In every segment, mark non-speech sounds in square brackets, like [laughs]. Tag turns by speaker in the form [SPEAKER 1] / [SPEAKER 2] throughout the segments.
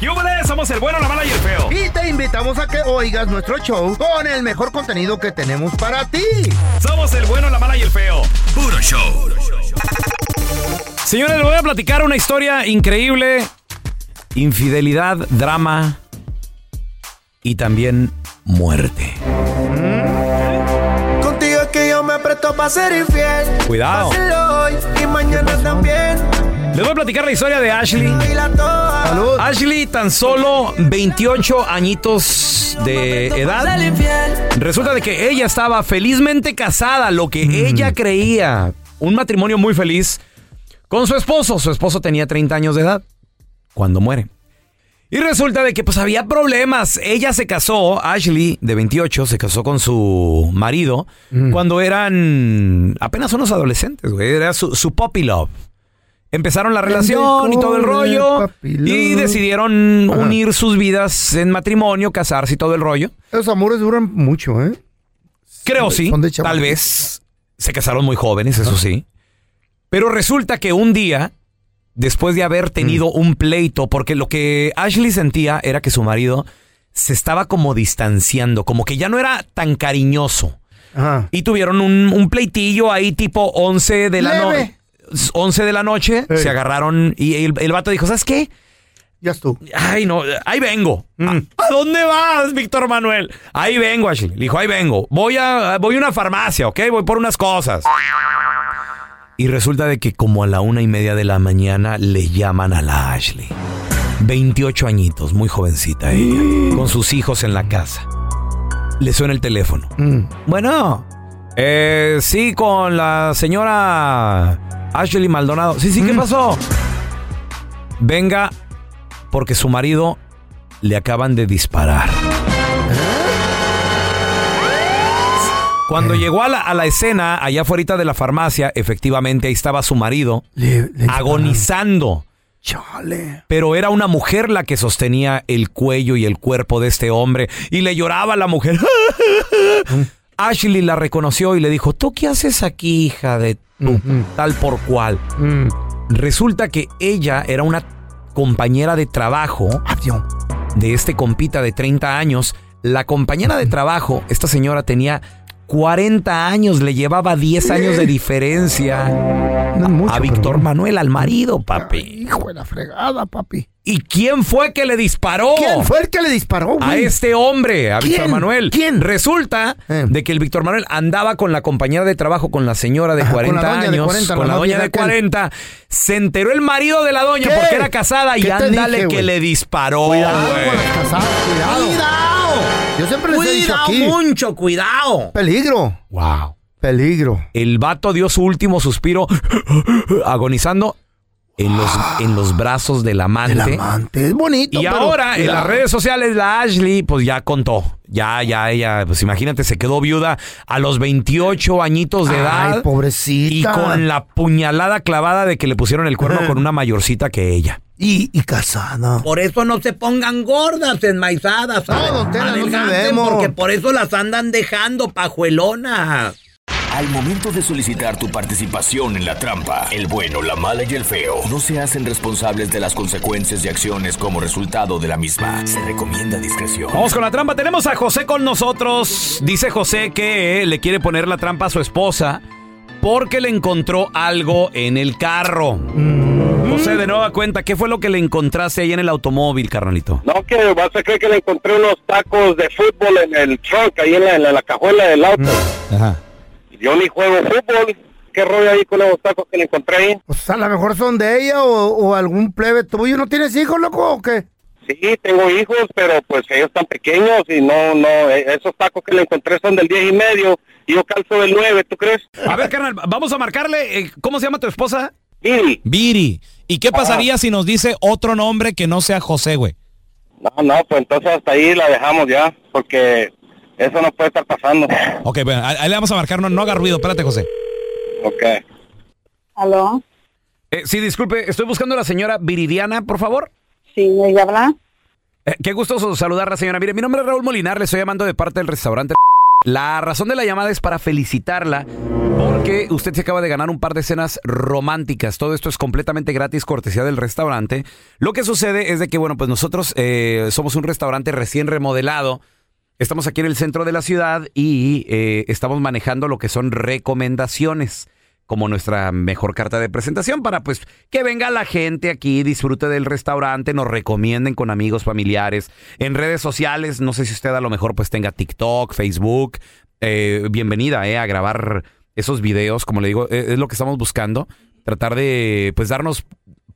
[SPEAKER 1] ¡Yúbales! Somos el bueno, la mala y el feo.
[SPEAKER 2] Y te invitamos a que oigas nuestro show con el mejor contenido que tenemos para ti.
[SPEAKER 1] Somos el bueno, la mala y el feo. Puro show. Señores, les voy a platicar una historia increíble. Infidelidad, drama y también muerte.
[SPEAKER 3] Contigo es que yo me presto para ser infiel.
[SPEAKER 1] Cuidado.
[SPEAKER 3] Hazlo hoy y mañana también.
[SPEAKER 1] Les voy a platicar la historia de Ashley.
[SPEAKER 3] Y la toa.
[SPEAKER 2] Salud.
[SPEAKER 1] Ashley, tan solo 28 añitos de edad.
[SPEAKER 3] Ser infiel.
[SPEAKER 1] Resulta de que ella estaba felizmente casada, lo que ella creía, un matrimonio muy feliz, con su esposo. Su esposo tenía 30 años de edad cuando muere. Y resulta de que pues había problemas. Ella se casó, Ashley, de 28, se casó con su marido
[SPEAKER 2] Mm.
[SPEAKER 1] cuando eran apenas unos adolescentes, güey. Era su, su puppy love. Empezaron la relación y todo el rollo.
[SPEAKER 2] Puppy love.
[SPEAKER 1] Y decidieron
[SPEAKER 2] Ajá.
[SPEAKER 1] unir sus vidas en matrimonio, casarse y todo el rollo.
[SPEAKER 2] Esos amores duran mucho, ¿eh?
[SPEAKER 1] Creo sí,
[SPEAKER 2] son de chavos.
[SPEAKER 1] tal vez. Se casaron muy jóvenes, eso sí. Pero resulta que un día, después de haber tenido
[SPEAKER 2] Mm.
[SPEAKER 1] un pleito, porque lo que Ashley sentía era que su marido se estaba como distanciando, como que ya no era tan cariñoso.
[SPEAKER 2] Ajá.
[SPEAKER 1] Y tuvieron un, un pleitillo ahí tipo 11 de la noche.
[SPEAKER 2] Leve.
[SPEAKER 1] 11 de la noche,
[SPEAKER 2] Ey.
[SPEAKER 1] se agarraron y el, el vato dijo, ¿sabes qué?
[SPEAKER 2] Ya estuvo.
[SPEAKER 1] Ay, no, ahí vengo. ¿A,
[SPEAKER 2] Mm.
[SPEAKER 1] a dónde vas, Víctor Manuel? Ahí vengo, Ashley. Le dijo, ahí vengo. Voy a, voy a una farmacia, ¿ok? Voy por unas cosas. Y resulta de que como a la una y media de la mañana le llaman a la Ashley. 28 añitos, muy jovencita ella, con sus hijos en la casa. Le suena el teléfono.
[SPEAKER 2] Mm.
[SPEAKER 1] Bueno, eh, sí, con la señora Ashley Maldonado. Sí, sí, ¿qué pasó? Venga, porque su marido le acaban de disparar. Cuando llegó a la, a la escena, allá afuera de la farmacia, efectivamente ahí estaba su marido
[SPEAKER 2] Le- le-
[SPEAKER 1] agonizando.
[SPEAKER 2] Chale.
[SPEAKER 1] Pero era una mujer la que sostenía el cuello y el cuerpo de este hombre y le lloraba a la mujer. [laughs] Ashley la reconoció y le dijo, ¿tú qué haces aquí, hija de tu
[SPEAKER 2] Ujú.
[SPEAKER 1] tal por cual?
[SPEAKER 2] Mm.
[SPEAKER 1] Resulta que ella era una compañera de trabajo
[SPEAKER 2] Adiós.
[SPEAKER 1] de este compita de 30 años. La compañera de trabajo, esta señora tenía 40 años, le llevaba 10 años de diferencia
[SPEAKER 2] No es mucho,
[SPEAKER 1] a
[SPEAKER 2] pero
[SPEAKER 1] Víctor
[SPEAKER 2] bueno.
[SPEAKER 1] Manuel, al marido, papi.
[SPEAKER 2] Hijo de la fregada, papi.
[SPEAKER 1] ¿Y quién fue que le disparó?
[SPEAKER 2] ¿Quién fue el que le disparó,
[SPEAKER 1] a
[SPEAKER 2] güey?
[SPEAKER 1] este hombre, a
[SPEAKER 2] ¿Quién?
[SPEAKER 1] Víctor Manuel.
[SPEAKER 2] ¿Quién?
[SPEAKER 1] Resulta
[SPEAKER 2] Eh.
[SPEAKER 1] de que el Víctor Manuel andaba con la compañera de trabajo, con la señora de
[SPEAKER 2] Ajá,
[SPEAKER 1] 40
[SPEAKER 2] con la doña de
[SPEAKER 1] años,
[SPEAKER 2] 40,
[SPEAKER 1] con
[SPEAKER 2] la
[SPEAKER 1] la
[SPEAKER 2] más
[SPEAKER 1] doña
[SPEAKER 2] vieja
[SPEAKER 1] de
[SPEAKER 2] que él.
[SPEAKER 1] 40. Se enteró el marido de la doña
[SPEAKER 2] ¿Qué?
[SPEAKER 1] porque era casada y
[SPEAKER 2] ¿Qué te
[SPEAKER 1] ándale
[SPEAKER 2] dije,
[SPEAKER 1] que
[SPEAKER 2] güey?
[SPEAKER 1] le disparó.
[SPEAKER 2] Cuidado
[SPEAKER 1] güey.
[SPEAKER 2] con las casadas, cuidado. Yo siempre les he dicho
[SPEAKER 1] Cuidado,
[SPEAKER 2] aquí.
[SPEAKER 1] mucho, cuidado.
[SPEAKER 2] Peligro,
[SPEAKER 1] Wow.
[SPEAKER 2] peligro.
[SPEAKER 1] El vato dio su último suspiro [laughs] agonizando en los, en los brazos del amante.
[SPEAKER 2] El amante es bonito.
[SPEAKER 1] Y
[SPEAKER 2] pero
[SPEAKER 1] ahora en
[SPEAKER 2] cuidado.
[SPEAKER 1] las redes sociales la Ashley pues ya contó. Ya, ya, ella, pues imagínate, se quedó viuda a los 28 añitos de edad.
[SPEAKER 2] Ay, pobrecita.
[SPEAKER 1] y con la puñalada clavada de que le pusieron el cuerno con una mayorcita que ella.
[SPEAKER 2] Y, y casada.
[SPEAKER 1] Por eso no se pongan gordas, enmaizadas.
[SPEAKER 2] No, don Tela, no Adelgancen, sabemos. porque por
[SPEAKER 1] eso las andan dejando pajuelonas.
[SPEAKER 4] Al momento de solicitar tu participación en la trampa, el bueno, la mala y el feo no se hacen responsables de las consecuencias y acciones como resultado de la misma. Se recomienda discreción.
[SPEAKER 1] Vamos con la trampa. Tenemos a José con nosotros. Dice José que le quiere poner la trampa a su esposa porque le encontró algo en el carro. José, de nueva cuenta, ¿qué fue lo que le encontraste ahí en el automóvil, carnalito?
[SPEAKER 5] No, que vas a creer que le encontré unos tacos de fútbol en el trunk, ahí en la, en la- en la cajuela del auto.
[SPEAKER 1] Ajá.
[SPEAKER 5] Yo ni juego fútbol. ¿Qué rollo ahí con los tacos que le encontré ahí?
[SPEAKER 2] O sea, Pues, a lo mejor son de ella o, o algún plebe tuyo. ¿No tienes hijos, loco, o qué?
[SPEAKER 5] Sí, tengo hijos, pero pues ellos están pequeños y no, no, eh, esos tacos que le encontré son del 10 y medio y yo calzo del 9, ¿tú crees?
[SPEAKER 1] A ver, carnal, vamos a marcarle. eh, ¿Cómo se llama tu esposa? Ah.
[SPEAKER 5] Miri,
[SPEAKER 1] Viri. ¿Y qué pasaría si nos dice otro nombre que no sea José, güey?
[SPEAKER 5] no, no, pues entonces hasta ahí la dejamos ya, porque eso no puede estar pasando.
[SPEAKER 1] Ok, bueno, ahí le vamos a marcar. No, haga ruido. Espérate, José.
[SPEAKER 5] Ok.
[SPEAKER 6] ¿Aló?
[SPEAKER 1] Eh, sí, disculpe. Estoy buscando a la señora Viridiana, por favor.
[SPEAKER 6] Sí, ella habla.
[SPEAKER 1] Eh, qué gusto so- saludarla, señora. Mire, mi nombre es Raúl Molinar, le estoy llamando de parte del restaurante. La razón de la llamada es para felicitarla Porque usted se acaba de ganar un par de cenas románticas. Todo esto es completamente gratis, cortesía del restaurante. Lo que sucede es de que, bueno, pues nosotros eh, somos un restaurante recién remodelado. Estamos aquí en el centro de la ciudad y eh, estamos manejando lo que son recomendaciones como nuestra mejor carta de presentación para pues que venga la gente aquí, disfrute del restaurante, nos recomienden con amigos, familiares, en redes sociales, no sé si usted a lo mejor pues tenga TikTok, Facebook, eh, bienvenida eh, a grabar esos videos, como le digo, eh, es lo que estamos buscando, tratar de pues darnos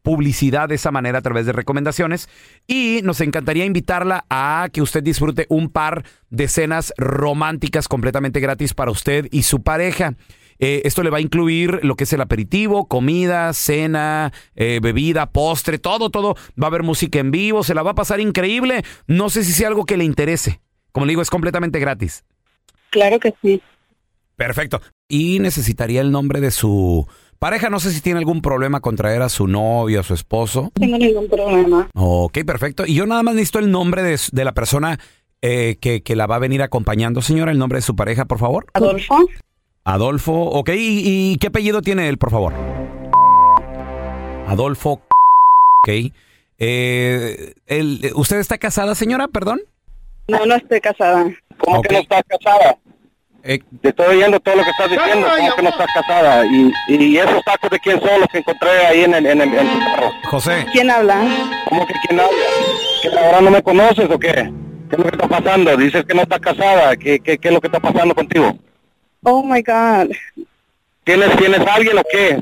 [SPEAKER 1] publicidad de esa manera a través de recomendaciones y nos encantaría invitarla a que usted disfrute un par de cenas románticas completamente gratis para usted y su pareja. Eh, esto le va a incluir lo que es el aperitivo, comida, cena, eh, bebida, postre, todo, todo. Va a haber música en vivo, se la va a pasar increíble. No sé si sea algo que le interese. Como le digo, es completamente gratis.
[SPEAKER 6] Claro que sí.
[SPEAKER 1] Perfecto. Y necesitaría el nombre de su pareja. No sé si tiene algún problema con traer a su novio, a su esposo.
[SPEAKER 6] No tengo ningún problema.
[SPEAKER 1] Ok, perfecto. Y yo nada más necesito el nombre de, s- de la persona eh, que, que la va a venir acompañando. Señora, el nombre de su pareja, por favor.
[SPEAKER 6] Adolfo,
[SPEAKER 1] Adolfo, ok. ¿Y, y qué apellido tiene él, por favor? Adolfo, ok. Eh, el- ¿Usted está casada, señora? Perdón.
[SPEAKER 6] no, no estoy casada.
[SPEAKER 5] ¿Cómo
[SPEAKER 1] Ok.
[SPEAKER 5] que no estás casada?
[SPEAKER 1] Eh,
[SPEAKER 5] Te estoy oyendo todo lo que estás diciendo,
[SPEAKER 2] Ay,
[SPEAKER 5] ¿cómo que no estás casada? Y, y esos tacos de quién son los que encontré ahí en el, en el, en tu carro.
[SPEAKER 1] José,
[SPEAKER 6] ¿Quién habla?
[SPEAKER 5] ¿Cómo que quién habla? ¿Que ahora no me conoces o qué? ¿Qué es lo que está pasando? Dices que no estás casada, ¿qué, qué, qué es lo que está pasando contigo?
[SPEAKER 6] Oh my God.
[SPEAKER 5] ¿Tienes, ¿Tienes alguien o qué?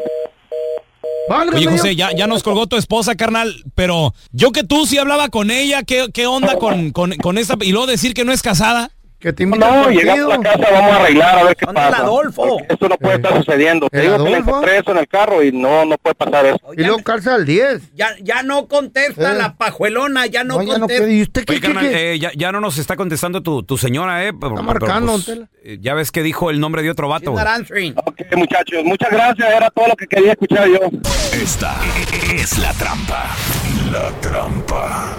[SPEAKER 2] Válgame
[SPEAKER 7] Oye,
[SPEAKER 2] Dios.
[SPEAKER 7] José, ya, ya nos colgó tu esposa, carnal, pero yo que tú sí hablaba con ella, ¿qué, qué onda con, con, con esa? Y luego decir que no es casada.
[SPEAKER 2] Que te invito al
[SPEAKER 5] No,
[SPEAKER 2] partido.
[SPEAKER 5] llegamos a la casa, vamos a arreglar a ver qué
[SPEAKER 1] ¿Dónde
[SPEAKER 5] pasa.
[SPEAKER 1] está el Adolfo?
[SPEAKER 5] Porque Esto no puede
[SPEAKER 2] Eh.
[SPEAKER 5] estar sucediendo. Te
[SPEAKER 2] ¿El
[SPEAKER 5] digo que le
[SPEAKER 2] Adolfo?
[SPEAKER 5] encontré eso en el carro y no, no puede pasar eso.
[SPEAKER 2] Y luego calza al 10.
[SPEAKER 1] ya, no contesta
[SPEAKER 2] Eh. la
[SPEAKER 1] pajuelona, ya
[SPEAKER 2] No, ya no quiere. ¿Y usted qué,
[SPEAKER 1] Oye,
[SPEAKER 2] qué,
[SPEAKER 1] carnal,
[SPEAKER 2] qué?
[SPEAKER 1] eh, ya, ya no nos está contestando tu, tu señora, ¿eh? Está
[SPEAKER 2] marcando, Tela.
[SPEAKER 1] eh, ya ves que dijo el nombre de otro vato. güey.
[SPEAKER 5] Ok, muchachos, muchas gracias. Era todo lo que quería escuchar yo.
[SPEAKER 4] Esta es la trampa. La trampa.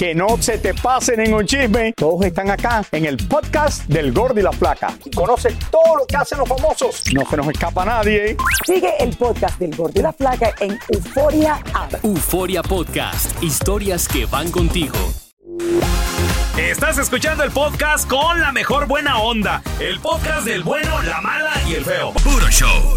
[SPEAKER 8] Que no se te pase ningún chisme. Todos están acá en el podcast del Gordi y la Flaca. Y Conoce todo lo que hacen los famosos. No se nos escapa nadie.
[SPEAKER 9] Sigue el podcast del Gordo y la Flaca en Euforia App.
[SPEAKER 10] Euforia Podcast, historias que van contigo.
[SPEAKER 4] Estás escuchando el podcast con la mejor buena onda. El podcast del bueno, la mala y el feo. Puro show.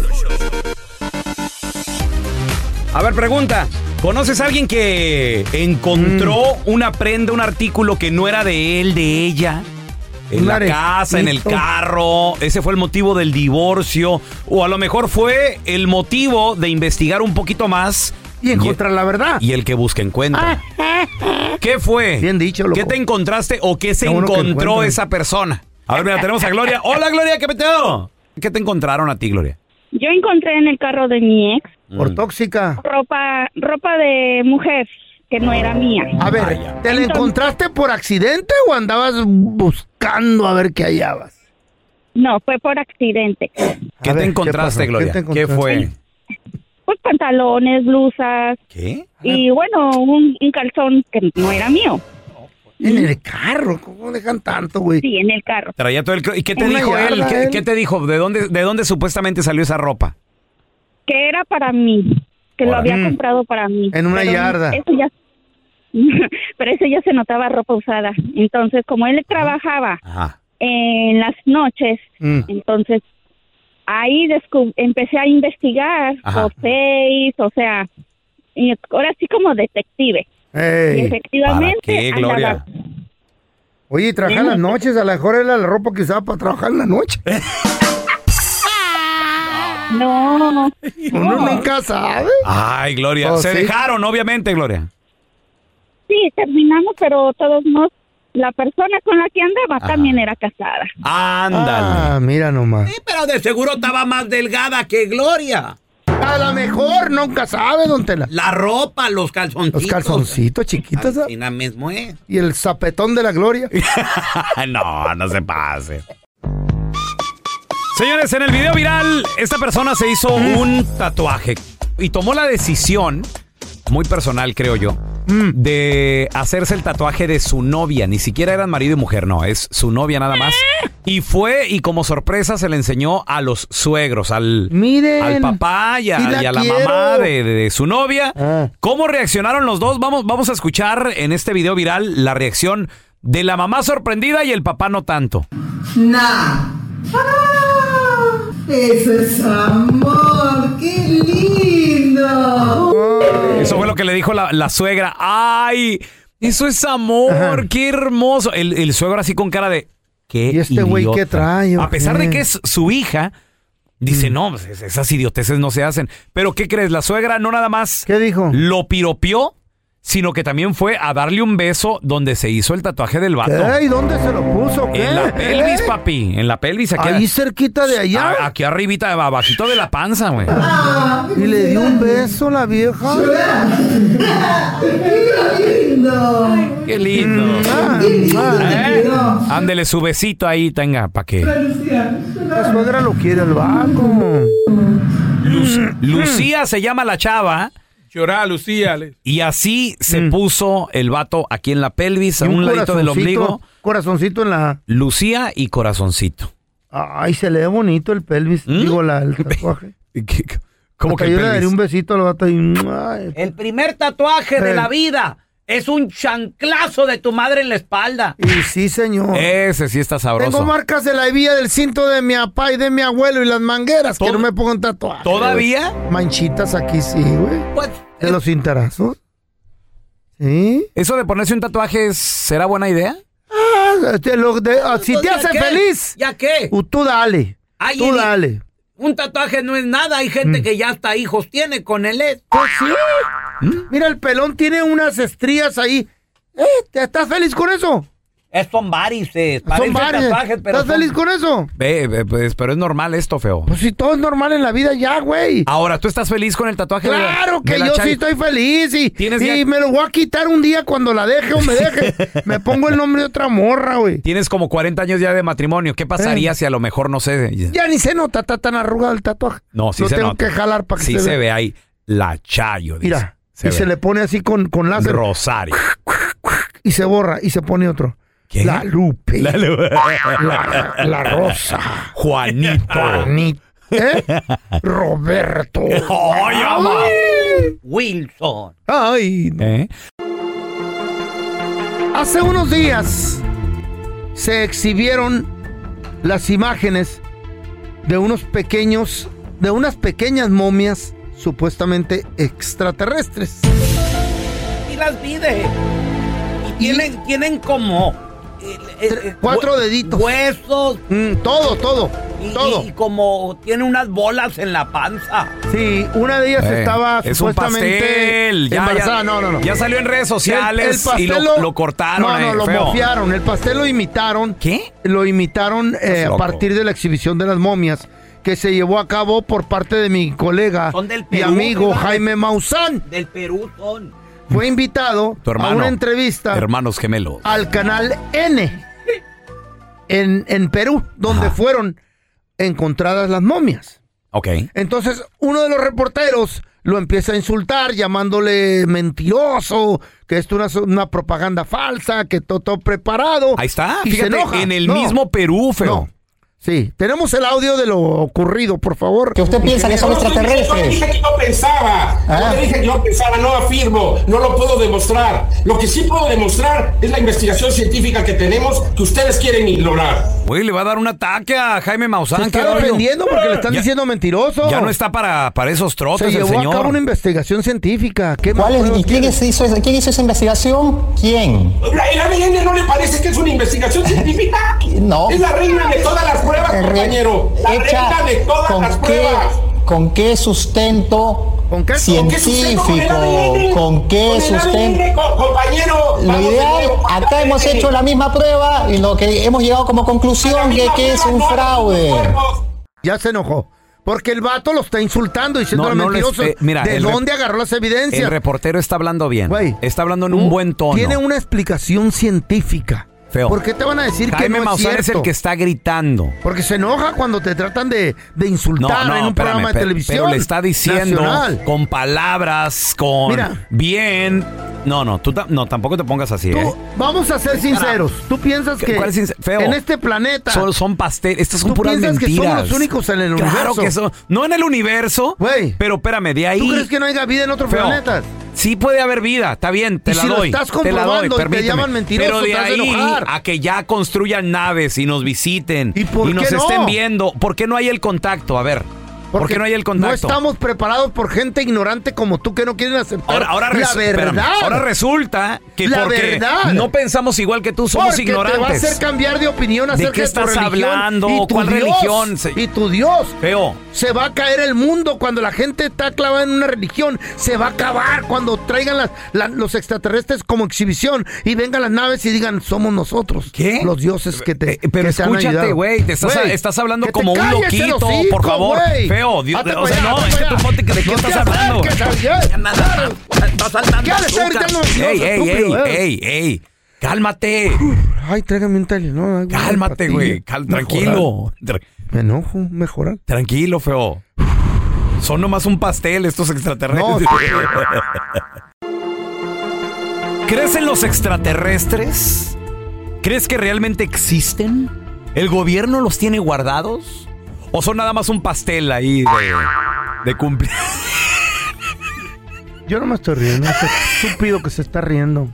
[SPEAKER 1] A ver, pregunta. ¿Conoces a alguien que
[SPEAKER 2] Mm.
[SPEAKER 1] encontró una prenda, un artículo que no era de él, de ella? En
[SPEAKER 2] Un
[SPEAKER 1] la
[SPEAKER 2] arecito.
[SPEAKER 1] casa, en el carro, ese fue el motivo del divorcio, o a lo mejor fue el motivo de investigar un poquito más
[SPEAKER 2] Y encontrar la verdad.
[SPEAKER 1] y el que busca encuentra. ¿Qué fue?
[SPEAKER 2] Bien dicho, loco.
[SPEAKER 1] ¿Qué te encontraste o qué se
[SPEAKER 2] Qué bueno que
[SPEAKER 1] encontró
[SPEAKER 2] encuentran.
[SPEAKER 1] esa persona? A ver, mira, tenemos a Gloria.
[SPEAKER 2] [laughs]
[SPEAKER 1] Hola, Gloria, ¿qué peteo? ¿Qué te encontraron a ti, Gloria?
[SPEAKER 11] Yo encontré en el carro de mi ex
[SPEAKER 1] Mm.
[SPEAKER 2] Por tóxica.
[SPEAKER 11] ropa, ropa de mujer que no era mía.
[SPEAKER 2] A ver,
[SPEAKER 1] Vaya.
[SPEAKER 2] ¿te la encontraste por accidente o andabas buscando a ver qué hallabas?
[SPEAKER 11] No, fue por accidente.
[SPEAKER 2] A
[SPEAKER 1] ¿Qué te
[SPEAKER 2] ver, ¿qué
[SPEAKER 1] encontraste,
[SPEAKER 2] pasó? ¿Qué
[SPEAKER 1] Gloria?
[SPEAKER 2] te
[SPEAKER 1] ¿Qué,
[SPEAKER 2] encontraste?
[SPEAKER 1] fue?
[SPEAKER 11] Pues pantalones, blusas
[SPEAKER 1] ¿Qué?
[SPEAKER 11] y bueno, un, un calzón que no era mío.
[SPEAKER 2] En el carro. ¿Cómo dejan tanto, güey?
[SPEAKER 11] Sí, en el carro.
[SPEAKER 1] Traía todo el... cro- ¿Y qué te
[SPEAKER 2] Una
[SPEAKER 1] dijo él?
[SPEAKER 2] yarda,
[SPEAKER 1] ¿Qué,
[SPEAKER 2] él.
[SPEAKER 1] qué te dijo? ¿De dónde, ¿De dónde supuestamente salió esa ropa?
[SPEAKER 11] Que era para mí, que lo
[SPEAKER 1] Ahora.
[SPEAKER 11] había
[SPEAKER 2] Mm.
[SPEAKER 11] comprado para mí.
[SPEAKER 2] En una
[SPEAKER 11] Pero
[SPEAKER 2] yarda.
[SPEAKER 11] eso ya- [laughs] pero eso ya se notaba ropa usada. Entonces, como él trabajaba
[SPEAKER 1] Ajá.
[SPEAKER 11] en las noches,
[SPEAKER 2] Mm.
[SPEAKER 11] Entonces, ahí descu- empecé a investigar
[SPEAKER 1] Ajá.
[SPEAKER 11] por seis, o sea, y ahora sí como detective.
[SPEAKER 2] Ey.
[SPEAKER 11] Y
[SPEAKER 1] ¿Para
[SPEAKER 11] efectivamente
[SPEAKER 1] qué,
[SPEAKER 11] andaba-
[SPEAKER 1] Gloria?
[SPEAKER 2] Oye, trabaja en las noches. A lo mejor era la ropa que usaba para trabajar en la noche.
[SPEAKER 1] [laughs]
[SPEAKER 11] No,
[SPEAKER 2] Uno nunca sabe.
[SPEAKER 1] Ay, Gloria.
[SPEAKER 2] Oh,
[SPEAKER 1] se
[SPEAKER 2] sí.
[SPEAKER 1] dejaron, obviamente, Gloria.
[SPEAKER 11] sí, terminamos, pero de todos modos, la persona con la que andaba
[SPEAKER 1] Ajá.
[SPEAKER 11] también era casada.
[SPEAKER 1] Ándale.
[SPEAKER 2] Ah, mira nomás.
[SPEAKER 1] pero de seguro estaba más delgada que Gloria.
[SPEAKER 2] A lo mejor nunca sabe, don Tela.
[SPEAKER 1] La ropa, los calzoncitos.
[SPEAKER 2] Los calzoncitos chiquitos ¿ah?
[SPEAKER 1] mismo, ¿eh?
[SPEAKER 2] y el zapetón de la gloria.
[SPEAKER 1] [laughs] no, no se pase. Señores, en el video viral, esta persona
[SPEAKER 2] Mm.
[SPEAKER 1] se hizo un tatuaje y tomó la decisión, muy personal creo yo,
[SPEAKER 2] Mm.
[SPEAKER 1] de hacerse el tatuaje de su novia. Ni siquiera eran marido y mujer, no, es su novia nada más.
[SPEAKER 2] Ah.
[SPEAKER 1] Y fue y como sorpresa se le enseñó a los suegros, al, al papá y a,
[SPEAKER 2] sí la
[SPEAKER 1] y a la
[SPEAKER 2] quiero.
[SPEAKER 1] mamá de, de- de su novia.
[SPEAKER 2] Ah.
[SPEAKER 1] ¿Cómo reaccionaron los dos? Vamos, vamos a escuchar en este video viral la reacción de la mamá sorprendida y el papá no tanto.
[SPEAKER 12] Nah. ¡Ah! Eso es amor, qué lindo.
[SPEAKER 1] Eso fue lo que le dijo la, la suegra. ¡Ay! Eso es amor, qué hermoso. El, el suegro así con cara de. ¿Qué ¿Y
[SPEAKER 2] este güey qué trae, o
[SPEAKER 1] A pesar
[SPEAKER 2] qué?
[SPEAKER 1] de
[SPEAKER 2] Mm.
[SPEAKER 1] que es su hija, dice, no, pues, es- esas idioteces no se hacen. Pero ¿qué crees? La suegra no nada más. ¿Qué dijo? Lo piropió, sino que también fue a darle un beso donde se hizo el tatuaje del vato.
[SPEAKER 2] ¿Y dónde se lo puso? ¿Qué?
[SPEAKER 1] En la pelvis,
[SPEAKER 2] ¿Eh?
[SPEAKER 1] papi. En la pelvis. Aquí,
[SPEAKER 2] Ahí cerquita de allá.
[SPEAKER 1] a- aquí arribita, abajito de la panza, güey.
[SPEAKER 2] Y le dio un beso la vieja.
[SPEAKER 12] ¡Qué lindo!
[SPEAKER 1] Qué lindo.
[SPEAKER 12] Ay,
[SPEAKER 1] ¿Eh? Ándele su besito ahí, tenga, pa' que.
[SPEAKER 2] La suegra lo quiere el vaco.
[SPEAKER 1] Lu- Lucía se llama la chava. Llorá, Lucía. Y así se puso el vato aquí en la pelvis, a
[SPEAKER 2] Y
[SPEAKER 1] un, ladito del
[SPEAKER 2] corazoncito-
[SPEAKER 1] ombligo.
[SPEAKER 2] Corazoncito en la.
[SPEAKER 1] Lucía y corazoncito.
[SPEAKER 2] Ah, Ay, se le ve bonito el pelvis. Digo, la, el tatuaje.
[SPEAKER 1] ¿Cómo
[SPEAKER 2] Hasta
[SPEAKER 1] que el
[SPEAKER 2] yo le daría
[SPEAKER 1] pelvis?
[SPEAKER 2] un besito al vato y. ay,
[SPEAKER 13] El primer tatuaje
[SPEAKER 2] Eh.
[SPEAKER 13] de la vida es un chanclazo de tu madre en la espalda.
[SPEAKER 2] Y sí, señor.
[SPEAKER 1] Ese sí está sabroso.
[SPEAKER 2] Tengo marcas de la hebilla del cinto de mi papá y de mi abuelo y las mangueras que no me pongan tatuaje.
[SPEAKER 1] ¿Todavía?
[SPEAKER 2] güey. Manchitas aquí sí, güey. De los cintarazos.
[SPEAKER 1] ¿Eso de ponerse un tatuaje es- será buena idea?
[SPEAKER 2] Ah, te lo de- ah, si te
[SPEAKER 13] Entonces,
[SPEAKER 2] hace
[SPEAKER 13] ¿ya qué?
[SPEAKER 2] feliz,
[SPEAKER 13] ¿Ya qué?
[SPEAKER 2] uh, tú dale.
[SPEAKER 13] Ay,
[SPEAKER 2] tú
[SPEAKER 13] y-
[SPEAKER 2] dale.
[SPEAKER 13] Un tatuaje no es nada. Hay gente
[SPEAKER 1] Mm.
[SPEAKER 13] que ya hasta hijos tiene con el E ex.
[SPEAKER 2] Pues Mira, el pelón tiene unas estrías ahí. Eh, ¿te- ¿Estás feliz con eso?
[SPEAKER 13] Son varices.
[SPEAKER 2] Son
[SPEAKER 13] parecen
[SPEAKER 2] varias.
[SPEAKER 13] tatuajes, pero
[SPEAKER 2] ¿Estás
[SPEAKER 13] son-
[SPEAKER 2] feliz con eso?
[SPEAKER 1] Ve, ve, pues, pero es normal esto, feo.
[SPEAKER 2] Pues si todo es normal en la vida ya, güey.
[SPEAKER 1] Ahora, ¿tú estás feliz con el tatuaje? de la-
[SPEAKER 2] Claro que
[SPEAKER 1] de la
[SPEAKER 2] yo
[SPEAKER 1] Chayo?
[SPEAKER 2] sí estoy feliz y,
[SPEAKER 1] ¿Tienes
[SPEAKER 2] y
[SPEAKER 1] ya-
[SPEAKER 2] me lo voy a quitar un día cuando la deje o me [laughs] deje. me pongo el nombre de otra morra, güey.
[SPEAKER 1] Tienes como 40 años ya de matrimonio. ¿Qué pasaría
[SPEAKER 2] Eh.
[SPEAKER 1] si a lo mejor no sé?
[SPEAKER 2] Ya ni se nota, está tan arrugado el tatuaje.
[SPEAKER 1] No, sí
[SPEAKER 2] lo
[SPEAKER 1] se
[SPEAKER 2] tengo
[SPEAKER 1] nota.
[SPEAKER 2] que jalar para que
[SPEAKER 1] Sí
[SPEAKER 2] se,
[SPEAKER 1] se
[SPEAKER 2] vea.
[SPEAKER 1] ve ahí. La Chayo, dice.
[SPEAKER 2] Mira,
[SPEAKER 1] Se
[SPEAKER 2] y
[SPEAKER 1] ve.
[SPEAKER 2] se le pone así con, con láser
[SPEAKER 1] Rosario. [laughs]
[SPEAKER 2] y se borra y se pone otro. La Lupe.
[SPEAKER 1] La Lupe.
[SPEAKER 2] La, la Rosa.
[SPEAKER 1] Juanito.
[SPEAKER 2] Juanito. ¿Eh?
[SPEAKER 1] [laughs]
[SPEAKER 2] Roberto.
[SPEAKER 1] ¡Ay, ama! Eh,
[SPEAKER 13] Wilson.
[SPEAKER 2] Ay, no. Hace unos días se exhibieron las imágenes de unos pequeños, de unas pequeñas momias supuestamente extraterrestres.
[SPEAKER 13] Y las vides. Y tienen, tienen como. eh, eh, eh,
[SPEAKER 2] Cuatro
[SPEAKER 13] hue-
[SPEAKER 2] deditos.
[SPEAKER 13] Huesos.
[SPEAKER 2] Mm, todo, todo.
[SPEAKER 13] Y,
[SPEAKER 2] todo.
[SPEAKER 13] y como tiene unas bolas en la panza.
[SPEAKER 2] Sí, una de ellas
[SPEAKER 1] Eh,
[SPEAKER 2] estaba
[SPEAKER 1] es un
[SPEAKER 2] supuestamente
[SPEAKER 1] pastel. Ya,
[SPEAKER 2] embarazada.
[SPEAKER 1] ya-
[SPEAKER 2] no, no, no.
[SPEAKER 1] ya salió en redes sociales y lo- lo cortaron,
[SPEAKER 2] No, no,
[SPEAKER 1] eh,
[SPEAKER 2] lo
[SPEAKER 1] feo.
[SPEAKER 2] mofiaron. El pastel lo imitaron.
[SPEAKER 1] ¿Qué?
[SPEAKER 2] Lo imitaron eh, a
[SPEAKER 1] loco.
[SPEAKER 2] partir de la exhibición de las momias que se llevó a cabo por parte de mi colega
[SPEAKER 13] Son del
[SPEAKER 2] y
[SPEAKER 13] Perú,
[SPEAKER 2] amigo
[SPEAKER 13] ¿verdad?
[SPEAKER 2] Jaime Maussan.
[SPEAKER 13] Del Perú son.
[SPEAKER 2] Fue invitado
[SPEAKER 1] Mm. Tu hermano.
[SPEAKER 2] a una entrevista
[SPEAKER 1] Hermanos gemelos.
[SPEAKER 2] al canal N en, en Perú,
[SPEAKER 1] Ah.
[SPEAKER 2] donde fueron encontradas las momias.
[SPEAKER 1] Ok.
[SPEAKER 2] Ah, Entonces, uno de los reporteros lo empieza a insultar, llamándole mentiroso, que esto es una, una propaganda falsa, que todo, todo preparado.
[SPEAKER 1] Ahí está.
[SPEAKER 2] Y
[SPEAKER 1] Fíjate,
[SPEAKER 2] se enoja.
[SPEAKER 1] en el
[SPEAKER 2] No.
[SPEAKER 1] mismo Perú, feo.
[SPEAKER 2] No. Sí, tenemos el audio de lo ocurrido, por favor. Que
[SPEAKER 14] usted piensa que son Yo dije que yo pensaba. Yo dije que yo pensaba, no afirmo, no lo puedo demostrar. Lo que sí puedo demostrar es la investigación científica que tenemos que ustedes quieren ignorar.
[SPEAKER 1] Güey, le va a dar un ataque a Jaime Maussan.
[SPEAKER 2] Se
[SPEAKER 1] ¿qué
[SPEAKER 2] está
[SPEAKER 1] rollo?
[SPEAKER 2] defendiendo porque le están
[SPEAKER 1] Ya-
[SPEAKER 2] diciendo mentiroso.
[SPEAKER 1] Ya no está para, para esos trotes
[SPEAKER 2] Se
[SPEAKER 1] el
[SPEAKER 2] llevó
[SPEAKER 1] señor.
[SPEAKER 2] a cabo una investigación científica. ¿Qué más
[SPEAKER 14] ¿Cuál es-
[SPEAKER 2] pruebas
[SPEAKER 14] y quién
[SPEAKER 2] tiene?
[SPEAKER 14] es- hizo, esa- quién hizo esa investigación? ¿Quién?
[SPEAKER 2] La-
[SPEAKER 14] ¿El ADN no le parece que es una [laughs] investigación científica? No.
[SPEAKER 2] Es la reina de todas las pruebas,
[SPEAKER 14] Re-
[SPEAKER 2] compañero. La reina de todas
[SPEAKER 14] ¿con
[SPEAKER 2] las
[SPEAKER 14] qué-
[SPEAKER 2] pruebas.
[SPEAKER 14] ¿Con qué sustento
[SPEAKER 2] qué- con
[SPEAKER 14] científico?
[SPEAKER 2] qué sustento? ¿Con el ADN?
[SPEAKER 14] ¿Con
[SPEAKER 2] ¿Con el
[SPEAKER 14] qué
[SPEAKER 2] ADN,
[SPEAKER 14] sustento?
[SPEAKER 2] co- compañero?
[SPEAKER 14] Lo
[SPEAKER 2] Vamos de
[SPEAKER 14] ideal,
[SPEAKER 2] nuevo.
[SPEAKER 14] acá hemos hecho la misma prueba y lo que hemos llegado como conclusión es que es un fraude.
[SPEAKER 2] Ya se enojó. Porque el vato lo está insultando, diciéndole
[SPEAKER 1] No, no lo
[SPEAKER 2] mentiroso.
[SPEAKER 1] espe- mira,
[SPEAKER 2] ¿De
[SPEAKER 1] el rep-
[SPEAKER 2] dónde agarró las evidencias?
[SPEAKER 1] El reportero está hablando bien.
[SPEAKER 2] Güey.
[SPEAKER 1] está hablando en un
[SPEAKER 2] Mm,
[SPEAKER 1] buen tono.
[SPEAKER 2] Tiene una explicación científica.
[SPEAKER 1] Feo.
[SPEAKER 2] ¿Por qué te van a decir que
[SPEAKER 1] Jaime
[SPEAKER 2] no es
[SPEAKER 1] Maussan es
[SPEAKER 2] cierto?
[SPEAKER 1] el que está gritando.
[SPEAKER 2] Porque se enoja cuando te tratan de,
[SPEAKER 1] No,
[SPEAKER 2] de insultar
[SPEAKER 1] no,
[SPEAKER 2] en un
[SPEAKER 1] espérame,
[SPEAKER 2] programa de
[SPEAKER 1] pe-
[SPEAKER 2] televisión.
[SPEAKER 1] Pero le está diciendo
[SPEAKER 2] nacional.
[SPEAKER 1] con palabras, con
[SPEAKER 2] Mira.
[SPEAKER 1] bien. No, no, tú ta- no, tampoco te pongas así, ¿eh?
[SPEAKER 2] Vamos a ser sinceros. ¿Tú piensas que
[SPEAKER 1] ¿Cuál es sin- feo?
[SPEAKER 2] en este planeta
[SPEAKER 1] Son, son pastel, estas son
[SPEAKER 2] ¿Tú
[SPEAKER 1] puras
[SPEAKER 2] piensas
[SPEAKER 1] mentiras.
[SPEAKER 2] que somos los únicos en el
[SPEAKER 1] Claro
[SPEAKER 2] universo?
[SPEAKER 1] que son. No en el universo, pero espérame, de ahí.
[SPEAKER 2] ¿Tú crees que no haya vida en otros
[SPEAKER 1] Feo,
[SPEAKER 2] planetas?
[SPEAKER 1] Sí puede haber vida, está bien, te
[SPEAKER 2] Y
[SPEAKER 1] la
[SPEAKER 2] si lo
[SPEAKER 1] doy.
[SPEAKER 2] estás
[SPEAKER 1] te la doy,
[SPEAKER 2] comprobando y te
[SPEAKER 1] permíteme.
[SPEAKER 2] llaman mentiroso,
[SPEAKER 1] Pero de
[SPEAKER 2] te vas a
[SPEAKER 1] ahí
[SPEAKER 2] enojar.
[SPEAKER 1] a que ya construyan naves y nos visiten y,
[SPEAKER 2] por qué
[SPEAKER 1] nos
[SPEAKER 2] no?
[SPEAKER 1] estén viendo, ¿por qué no hay el contacto? A ver, ¿por qué no hay el contacto?
[SPEAKER 2] No estamos preparados por gente ignorante como tú que no quieren aceptar
[SPEAKER 1] Ahora, ahora
[SPEAKER 2] la
[SPEAKER 1] resu-
[SPEAKER 2] verdad.
[SPEAKER 1] espérame, ahora resulta que
[SPEAKER 2] La
[SPEAKER 1] porque
[SPEAKER 2] verdad.
[SPEAKER 1] no pensamos igual que tú, somos
[SPEAKER 2] Porque
[SPEAKER 1] ignorantes.
[SPEAKER 2] te va a hacer cambiar de opinión
[SPEAKER 1] ¿De
[SPEAKER 2] acerca de,
[SPEAKER 1] qué
[SPEAKER 2] tu
[SPEAKER 1] estás
[SPEAKER 2] religión
[SPEAKER 1] hablando?
[SPEAKER 2] y tu
[SPEAKER 1] ¿Cuál
[SPEAKER 2] Dios.
[SPEAKER 1] religión?
[SPEAKER 2] Y tu Dios.
[SPEAKER 1] Feo.
[SPEAKER 2] Se va a caer el mundo cuando la gente está clavada en una religión. Se va a acabar cuando traigan las- la- los extraterrestres como exhibición y vengan las naves y digan, somos nosotros. ¿Qué? Los dioses que te
[SPEAKER 1] Eh, Pero
[SPEAKER 2] que te han
[SPEAKER 1] escúchate,
[SPEAKER 2] ayudado.
[SPEAKER 1] güey, te estás,
[SPEAKER 2] Güey,
[SPEAKER 1] estás hablando
[SPEAKER 2] que te
[SPEAKER 1] como un
[SPEAKER 2] calles el
[SPEAKER 1] loquito,
[SPEAKER 2] hocico,
[SPEAKER 1] por favor.
[SPEAKER 2] güey.
[SPEAKER 1] Feo, Dios,
[SPEAKER 2] Hazte
[SPEAKER 1] o sea,
[SPEAKER 2] para allá,
[SPEAKER 1] no,
[SPEAKER 2] hazte
[SPEAKER 1] es que
[SPEAKER 2] para
[SPEAKER 1] tú
[SPEAKER 2] allá.
[SPEAKER 1] ponte que de qué
[SPEAKER 2] No te
[SPEAKER 1] estás
[SPEAKER 2] acerques
[SPEAKER 1] hablando.
[SPEAKER 2] al-
[SPEAKER 13] Está saltando
[SPEAKER 2] Ya le está
[SPEAKER 13] azúcar.
[SPEAKER 2] gritando mentiroso,
[SPEAKER 1] Ey, ey, ey,
[SPEAKER 2] estúpido, eh.
[SPEAKER 1] ey, ey, cálmate.
[SPEAKER 2] Ay, tráigame un Tylenol.
[SPEAKER 1] Cálmate, güey. cal- tranquilo.
[SPEAKER 2] Me enojo, mejorar.
[SPEAKER 1] Tranquilo, feo. Son nomás un pastel estos extraterrestres. [laughs] ¿Crees en los extraterrestres? ¿Crees que realmente existen? ¿El gobierno los tiene guardados? ¿O son nada más un pastel ahí de, de cumple-
[SPEAKER 2] Yo no me estoy riendo. Es estúpido que se está riendo.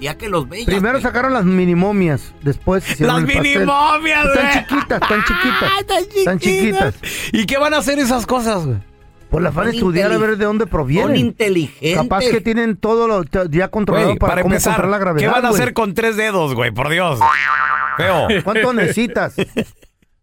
[SPEAKER 13] Ya que los veas.
[SPEAKER 2] Primero sacaron las minimomias, después
[SPEAKER 1] [laughs]
[SPEAKER 2] hicieron
[SPEAKER 13] Las
[SPEAKER 2] el pastel.
[SPEAKER 13] minimomias,
[SPEAKER 2] Están
[SPEAKER 13] güey.
[SPEAKER 2] chiquitas, están chiquitas.
[SPEAKER 13] Ah,
[SPEAKER 2] Están chiquitas.
[SPEAKER 1] ¿Y qué van a hacer esas cosas, güey?
[SPEAKER 2] Por la afán de
[SPEAKER 1] Son
[SPEAKER 2] estudiar a
[SPEAKER 1] inteli-
[SPEAKER 2] ver de dónde provienen.
[SPEAKER 1] son inteligentes.
[SPEAKER 2] Capaz que tienen todo lo t- ya controlado
[SPEAKER 1] Güey,
[SPEAKER 2] para,
[SPEAKER 1] para
[SPEAKER 2] cómo
[SPEAKER 1] empezar,
[SPEAKER 2] controlar la gravedad.
[SPEAKER 1] ¿qué van a
[SPEAKER 2] güey.
[SPEAKER 1] hacer con tres dedos, güey? Por Dios. Feo.
[SPEAKER 2] ¿Cuánto necesitas?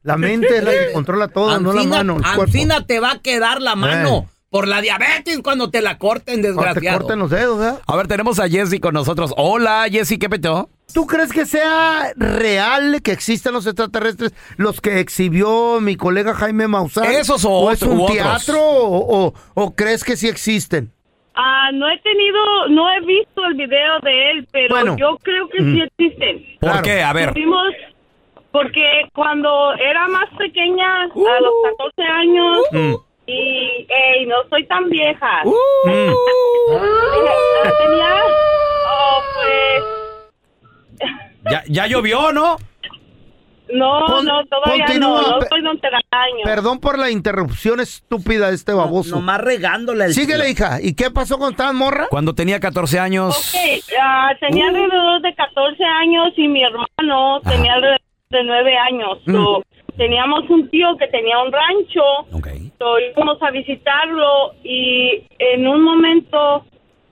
[SPEAKER 2] La mente es la que controla todo, no la
[SPEAKER 13] Ancina-
[SPEAKER 2] mano, el cuerpo.
[SPEAKER 13] Ancina [laughs] te va a quedar la
[SPEAKER 2] Eh.
[SPEAKER 13] mano por la diabetes cuando te la corten, desgraciado.
[SPEAKER 2] los dedos,
[SPEAKER 1] A ver, tenemos a Jessy con nosotros. Hola, Jessy, ¿qué peteo?
[SPEAKER 2] ¿Tú crees que sea real que existan los extraterrestres, los que exhibió mi colega Jaime Maussan?
[SPEAKER 1] Esos o
[SPEAKER 2] es
[SPEAKER 1] otro-
[SPEAKER 2] un
[SPEAKER 1] u otros.
[SPEAKER 2] teatro o, o- o crees que sí existen?
[SPEAKER 15] Ah, no he tenido, no he visto el video de él, pero
[SPEAKER 2] Bueno.
[SPEAKER 15] yo creo que sí existen.
[SPEAKER 1] ¿Por qué? A ver.
[SPEAKER 15] Tuvimos- porque cuando era más pequeña, a los
[SPEAKER 2] Uh-huh.
[SPEAKER 15] 14 años,
[SPEAKER 1] Mm.
[SPEAKER 15] y ey, no soy tan vieja.
[SPEAKER 2] Uh-huh.
[SPEAKER 1] Mm.
[SPEAKER 15] Tenía, oh, pues,
[SPEAKER 1] Ya, ya llovió, ¿no?
[SPEAKER 15] no,
[SPEAKER 2] Pon-
[SPEAKER 15] no, todavía
[SPEAKER 2] continúa,
[SPEAKER 15] no, no
[SPEAKER 2] pe-
[SPEAKER 15] soy don Telaraño.
[SPEAKER 2] Perdón por la interrupción estúpida de este baboso.
[SPEAKER 13] nomás regándole el-
[SPEAKER 2] Síguele, hija. ¿Y qué pasó con tan morra?
[SPEAKER 1] Cuando tenía 14 años.
[SPEAKER 15] Ok, ah, tenía
[SPEAKER 1] Uh.
[SPEAKER 2] Uh-huh.
[SPEAKER 15] alrededor de 14 años y mi hermano tenía alrededor de 9 años.
[SPEAKER 2] Mm.
[SPEAKER 15] So, teníamos un tío que tenía un rancho. So, íbamos a visitarlo y en un momento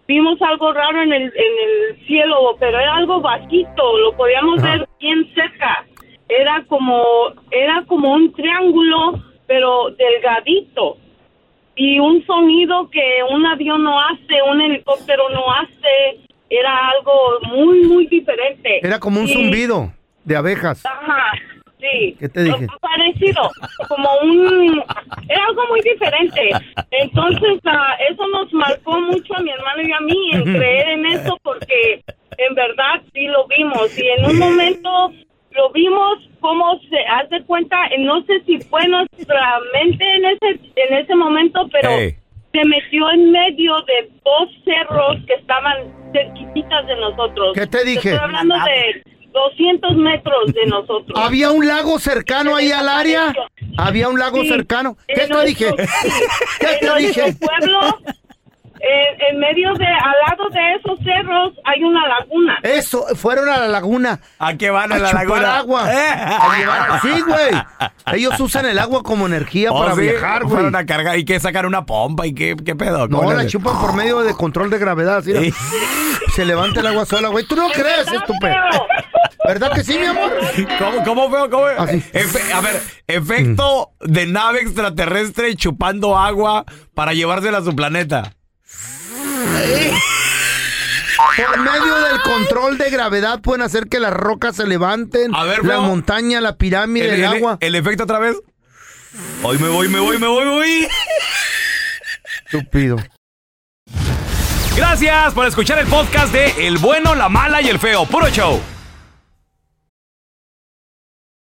[SPEAKER 15] vimos algo raro en el, en el cielo, pero era algo bajito, lo podíamos ver bien cerca. Era como, era como un triángulo, pero delgadito y un sonido que un avión no hace, un helicóptero no hace, era algo muy, muy diferente.
[SPEAKER 2] Era como un
[SPEAKER 15] Y-
[SPEAKER 2] zumbido de abejas.
[SPEAKER 15] Ajá, sí.
[SPEAKER 2] ¿Qué te dije?
[SPEAKER 15] Parecido, como un... Era algo muy diferente. Entonces, ah, eso nos marcó mucho a mi hermano y a mí en creer en eso porque en verdad sí lo vimos y en un momento lo vimos como se hace cuenta, eh, no sé si fue nuestra mente en ese, en ese momento, pero
[SPEAKER 1] Ey.
[SPEAKER 15] se metió en medio de dos cerros que estaban cerquititas de nosotros.
[SPEAKER 2] ¿Qué te dije?
[SPEAKER 15] Estoy hablando de 200 metros de nosotros.
[SPEAKER 2] ¿Había un lago cercano ahí al área? ¿Había un lago
[SPEAKER 15] Sí,
[SPEAKER 2] cercano? ¿Qué
[SPEAKER 15] en
[SPEAKER 2] te
[SPEAKER 15] nuestro-
[SPEAKER 2] dije? [laughs] ¿Qué
[SPEAKER 15] en
[SPEAKER 2] te
[SPEAKER 15] nuestro
[SPEAKER 2] dije?
[SPEAKER 15] pueblo, en, en medio de, al lado de esos cerros, hay una laguna.
[SPEAKER 2] Eso, fueron a la laguna.
[SPEAKER 1] ¿A qué van a la
[SPEAKER 2] chupar
[SPEAKER 1] laguna? Eh.
[SPEAKER 2] agua. A llevar- sí, güey. Ellos usan el agua como energía
[SPEAKER 1] Oh,
[SPEAKER 2] para
[SPEAKER 1] sí,
[SPEAKER 2] viajar, güey.
[SPEAKER 1] Fueron a cargar y que sacar una pompa y qué, qué pedo.
[SPEAKER 2] No,
[SPEAKER 1] ¿Cómo
[SPEAKER 2] la
[SPEAKER 1] le-
[SPEAKER 2] chupan por medio de control de gravedad. mira. Se levanta el agua sola, güey. ¿Tú no crees, estúpido? ¿Verdad que sí, mi amor?
[SPEAKER 1] ¿Cómo, cómo feo? ¿Cómo? Efe- a ver, efecto de nave extraterrestre chupando agua para llevársela a su planeta.
[SPEAKER 2] Por medio del control de gravedad pueden hacer que las rocas se levanten,
[SPEAKER 1] A ver,
[SPEAKER 2] la
[SPEAKER 1] feo.
[SPEAKER 2] montaña, la pirámide, el, agua.
[SPEAKER 1] El efecto otra vez. Hoy me voy, me voy, me voy, me voy.
[SPEAKER 2] Estúpido.
[SPEAKER 1] Gracias por escuchar el podcast de El Bueno, la Mala y el Feo. Puro show.